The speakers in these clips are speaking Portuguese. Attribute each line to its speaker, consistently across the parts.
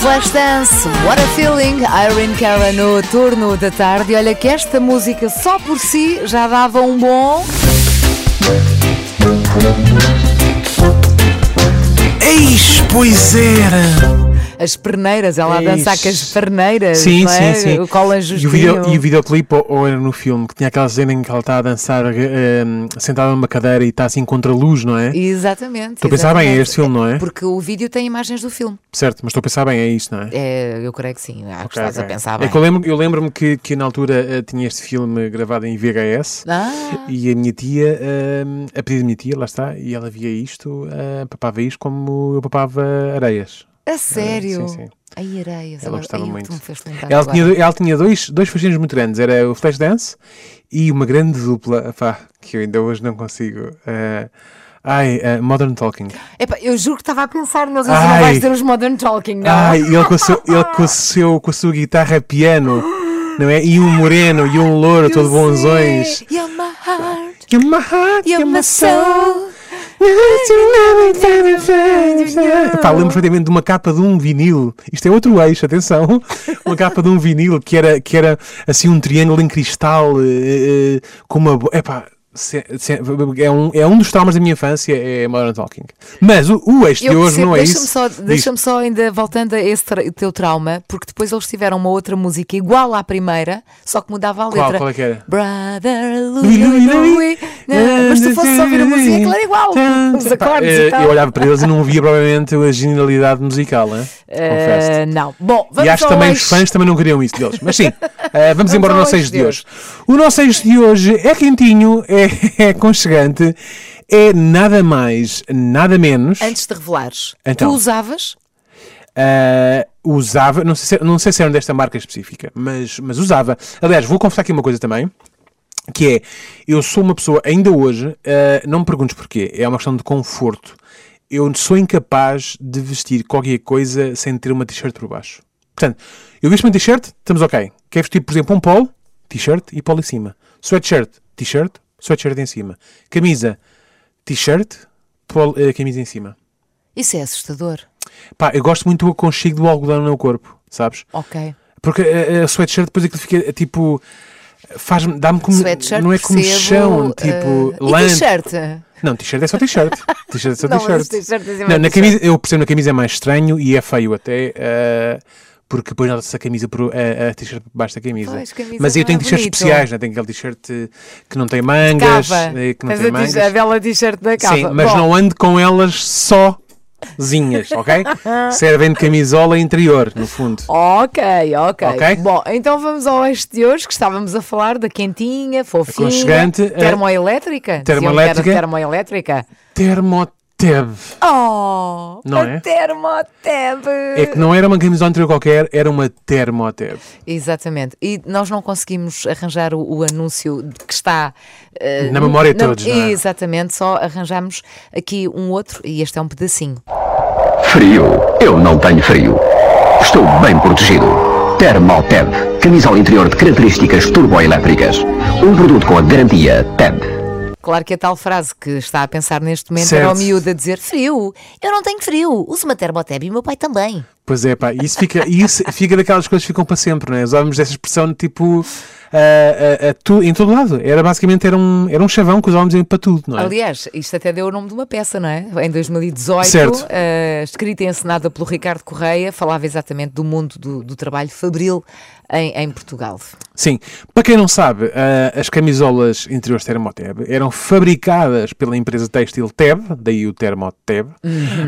Speaker 1: Flashdance, What a Feeling, Irene Cara no turno da tarde. Olha que esta música só por si já dava um bom.
Speaker 2: Eis, pois era!
Speaker 1: As perneiras, ela a
Speaker 2: É Isso.
Speaker 1: dançar com as perneiras.
Speaker 2: Sim,
Speaker 1: não é?
Speaker 2: sim, sim.
Speaker 1: O Colin
Speaker 2: E o,
Speaker 1: Justino.
Speaker 2: video, e o videoclipe, ou, ou era no filme, que tinha aquela cena em que ela está a dançar eh, sentada numa cadeira e está assim contra a luz, não é?
Speaker 1: Exatamente.
Speaker 2: Estou a pensar bem, é
Speaker 1: exatamente.
Speaker 2: este filme, não é?
Speaker 1: Porque o vídeo tem imagens do filme.
Speaker 2: Certo, mas estou a pensar bem, é isto, não é?
Speaker 1: É, eu creio que sim. Acho que
Speaker 2: Ok,
Speaker 1: estás a
Speaker 2: ok.
Speaker 1: pensar
Speaker 2: É
Speaker 1: bem.
Speaker 2: que eu lembro- eu lembro-me que, que na altura eh, tinha este filme gravado em VHS
Speaker 1: Ah,
Speaker 2: e a minha tia, eh, a pedido da minha tia, lá está, e ela via isto, eh, papava isto como eu papava areias.
Speaker 1: a sério.
Speaker 2: Ah, sim, sim.
Speaker 1: Ai, areias.
Speaker 2: Ela
Speaker 1: agora-
Speaker 2: gostava
Speaker 1: Ai, tu
Speaker 2: muito.
Speaker 1: me fez lembrar
Speaker 2: Ela
Speaker 1: agora.
Speaker 2: tinha, do- ela tinha dois, dois fascinos muito grandes, era o Flashdance e uma grande dupla, pá, que eu ainda hoje não consigo. eh, ai, eh, Modern Talking.
Speaker 1: Epá, eu juro que estava a pensar, mas assim não
Speaker 2: Ai.
Speaker 1: vais ter os Modern Talking, não? é?
Speaker 2: Ai, ele com, o seu, ele com, o seu, com a sua guitarra piano, não é? E um moreno, e um louro, todo bonzões.
Speaker 1: You're my heart,
Speaker 2: You're my heart,
Speaker 1: you're my soul.
Speaker 2: Pá, lembro perfeitamente de uma capa de um vinil. Isto é outro eixo, atenção. Uma capa de um vinil que era, que era assim um triângulo em cristal eh, eh, com uma. bo- Epá, se- se- é, um, é um dos traumas da minha infância, é Modern Talking. Mas o, o eixo de
Speaker 1: Eu
Speaker 2: hoje
Speaker 1: percebo,
Speaker 2: não é
Speaker 1: deixa-me
Speaker 2: isso.
Speaker 1: só,
Speaker 2: Diz.
Speaker 1: deixa-me só ainda voltando a esse tra- teu trauma, porque depois eles tiveram uma outra música igual à primeira, só que mudava a
Speaker 2: Qual?
Speaker 1: letra.
Speaker 2: Qual é que era?
Speaker 1: Brother Louie, Louie. Não, Ah, Mas se fosse só ouvir a música, aquilo era igual. Os acordes e
Speaker 2: Eh,
Speaker 1: tal.
Speaker 2: Eu olhava para eles e não via provavelmente a genialidade musical, hein? confesso.
Speaker 1: Eh, não. Bom, vamos
Speaker 2: e acho
Speaker 1: ao
Speaker 2: que também os
Speaker 1: eixo.
Speaker 2: fãs também não queriam isso deles. Mas sim, eh, vamos, embora
Speaker 1: ao
Speaker 2: ao nosso
Speaker 1: eixo
Speaker 2: eixo
Speaker 1: de
Speaker 2: de hoje. O nosso eixo de hoje é quentinho, é, é aconchegante, é nada mais, nada menos.
Speaker 1: Antes de revelares,
Speaker 2: Então.
Speaker 1: tu usavas
Speaker 2: Ah, usava, não sei, se, não sei se era desta marca específica, mas, mas usava. Aliás, vou confessar aqui uma coisa também. Que é, eu sou uma pessoa, ainda hoje, ah, não me perguntes porquê, é uma questão de conforto. Eu sou incapaz de vestir qualquer coisa sem ter uma t-shirt por baixo. Portanto, eu visto uma t-shirt, estamos ok. Quer vestir, por exemplo, um polo, t-shirt e polo em cima. Sweatshirt, t-shirt, sweatshirt em cima. Camisa, t-shirt, polo, eh, camisa em cima.
Speaker 1: Isso é assustador.
Speaker 2: Pá, eu gosto muito do aconchego do algodão no meu corpo, sabes?
Speaker 1: Ok.
Speaker 2: Porque a, a sweatshirt depois aquilo fica é, tipo. Faz-me, dá-me como.
Speaker 1: Sweatshirt,
Speaker 2: não é como
Speaker 1: percebo,
Speaker 2: chão,
Speaker 1: eh,
Speaker 2: tipo.
Speaker 1: E
Speaker 2: lã.
Speaker 1: t-shirt.
Speaker 2: Não, t-shirt é só t-shirt. t-shirt é só
Speaker 1: Não, mas
Speaker 2: t-shirt.
Speaker 1: t-shirt é
Speaker 2: Não, na
Speaker 1: t-shirt.
Speaker 2: camisa, eu percebo na camisa é mais estranho e é feio até. eh, porque depois nota-se a camisa por, a, a t-shirt por baixo da camisa.
Speaker 1: Pois, camisa
Speaker 2: Mas eu
Speaker 1: não
Speaker 2: tenho
Speaker 1: é
Speaker 2: t-shirts
Speaker 1: bonito.
Speaker 2: especiais, né? tenho aquele t-shirt eh, que não tem mangas,
Speaker 1: Cava.
Speaker 2: eh, que não
Speaker 1: Mas
Speaker 2: tem
Speaker 1: a t-shirt-
Speaker 2: mangas.
Speaker 1: a bela t-shirt da cava.
Speaker 2: Sim, mas
Speaker 1: Bom,
Speaker 2: não ande com elas sozinhas, ok? Servem de camisola interior, no fundo.
Speaker 1: Ok, ok.
Speaker 2: Ok?
Speaker 1: Bom, então vamos ao este de hoje que estávamos a falar da quentinha, fofinha,
Speaker 2: Aconchegante, eh,
Speaker 1: termoelétrica. Diziam que era
Speaker 2: termoelétrica.
Speaker 1: Termoelétrica.
Speaker 2: Termoteb.
Speaker 1: Oh,
Speaker 2: Não
Speaker 1: a
Speaker 2: é?
Speaker 1: termoteb.
Speaker 2: É que não era uma camisola interior qualquer, era uma termoteb.
Speaker 1: Exatamente. E nós não conseguimos arranjar o, o anúncio de que está eh,
Speaker 2: Na memória de todos, não é?
Speaker 1: Exatamente, só arranjamos aqui um outro e este é um pedacinho.
Speaker 3: Frio? Eu não tenho frio. Estou bem protegido. Thermalteb, camisola interior de características turboelétricas. Um produto com a garantia TEB.
Speaker 1: Claro que a tal frase que está a pensar neste momento era o
Speaker 2: Certo.
Speaker 1: miúdo a dizer frio, eu não tenho frio, uso uma termoteb e o meu pai também.
Speaker 2: Pois é, pá, isso fica, isso fica daquelas coisas que ficam para sempre, não é? Usávamos essa expressão tipo. ah, ah, ah, tu- em todo lado. Era basicamente era um, era um chavão que usávamos em- para tudo, não é?
Speaker 1: Aliás, isto até deu o nome de uma peça, não é? Em 2018,
Speaker 2: Certo.
Speaker 1: eh, escrita e encenada pelo Ricardo Correia, falava exatamente do mundo do, do trabalho fabril em, em Portugal.
Speaker 2: Sim, para quem não sabe, ah, as camisolas interiores Termoteb eram fabricadas pela empresa têxtil Teb, daí o Termoteb,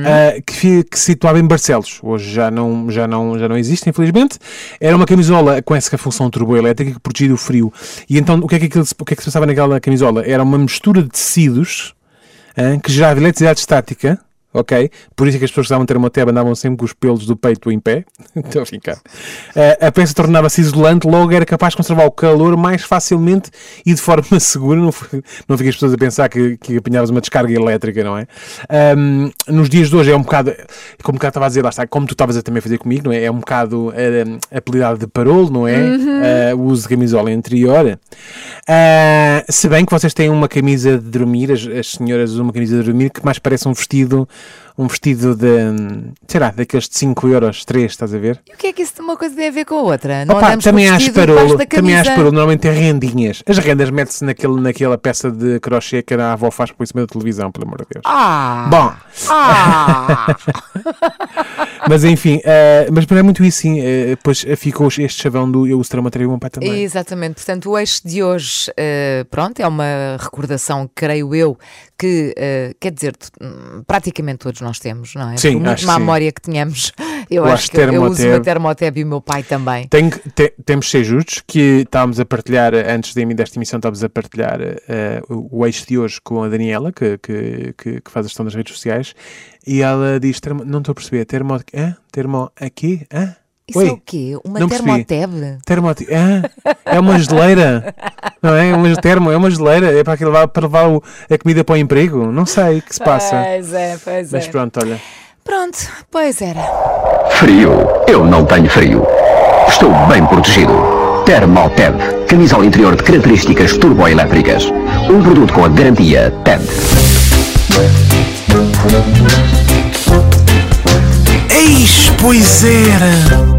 Speaker 2: ah, que, fi- que se situava em Barcelos. Hoje já não, já, não, já não existe, infelizmente. Era uma camisola com essa função turboelétrica que protegia do frio. E então, o que é que, aquilo se- o que, é que se pensava naquela camisola? Era uma mistura de tecidos ah, que gerava eletricidade estática. Ok? Por isso é que as pessoas que usavam termoteba andavam sempre com os pelos do peito em pé. Estou a brincar. Ah, a peça tornava-se isolante, logo era capaz de conservar o calor mais facilmente e de forma segura. Não, foi- não fiquei as pessoas a pensar que, que apanhavas uma descarga elétrica, não é? Ahm, nos dias de hoje é um bocado, como cá estava a dizer, lá está, como tu estavas a também fazer comigo, não é? É um bocado ah, apelidado de parolo, não é? Ah, o uso de camisola interior. Ah, se bem que vocês têm uma camisa de dormir, as, as senhoras usam uma camisa de dormir que mais parece um vestido um vestido de, hum, sei lá, daqueles de 5 euros, 3, estás a ver?
Speaker 1: E o que é que isso de uma coisa tem a ver com a outra? Não
Speaker 2: Opa,
Speaker 1: andamos com o
Speaker 2: também há
Speaker 1: vestido debaixo da
Speaker 2: esparolo, também há
Speaker 1: camisa.
Speaker 2: esparolo, normalmente é rendinhas. As rendas mete-se naquele, naquela peça de crochê que a avó faz por cima da televisão, pelo amor de Deus.
Speaker 1: Ah!
Speaker 2: Bom,
Speaker 1: Ah!
Speaker 2: mas enfim, eh, mas é muito isso sim, eh, pois ficou este chavão do eu uso traumatério bom pai também.
Speaker 1: Exatamente, portanto, o eixo de hoje, eh, pronto, é uma recordação, creio eu, que eh, quer dizer, tu- hum, praticamente todos nós temos, não é?
Speaker 2: Sim,
Speaker 1: Por muito
Speaker 2: acho que
Speaker 1: má
Speaker 2: sim.
Speaker 1: memória que tenhamos, eu
Speaker 2: Eu
Speaker 1: acho
Speaker 2: acho
Speaker 1: que eu uso uma
Speaker 2: Termoteb.
Speaker 1: termoteb e o meu pai também.
Speaker 2: Tenho que- te- temos de ser justos que estávamos a partilhar, eh, antes de mim desta emissão, estávamos a partilhar eh, o o eixo de hoje com a Daniela, que, que, que, que faz a gestão das redes sociais, e ela diz: termo- Não estou a perceber, termo, hã? termo aqui? Hã?
Speaker 1: Isso
Speaker 2: Oi?
Speaker 1: é o quê? Uma
Speaker 2: não percebi.
Speaker 1: termoteb?
Speaker 2: Termo, hã? é uma geleira, não é? É uma termo, é uma geleira, é para, que levar, para levar o- a comida para o emprego, não sei o que se passa.
Speaker 1: Pois é, pois
Speaker 2: Mas
Speaker 1: é.
Speaker 2: pronto, olha.
Speaker 1: Pronto, pois era.
Speaker 3: Frio? Eu não tenho frio. Estou bem protegido. Thermal TED, camisola interior de características turboelétricas. Um produto com a garantia TED.
Speaker 4: Eis, pois era!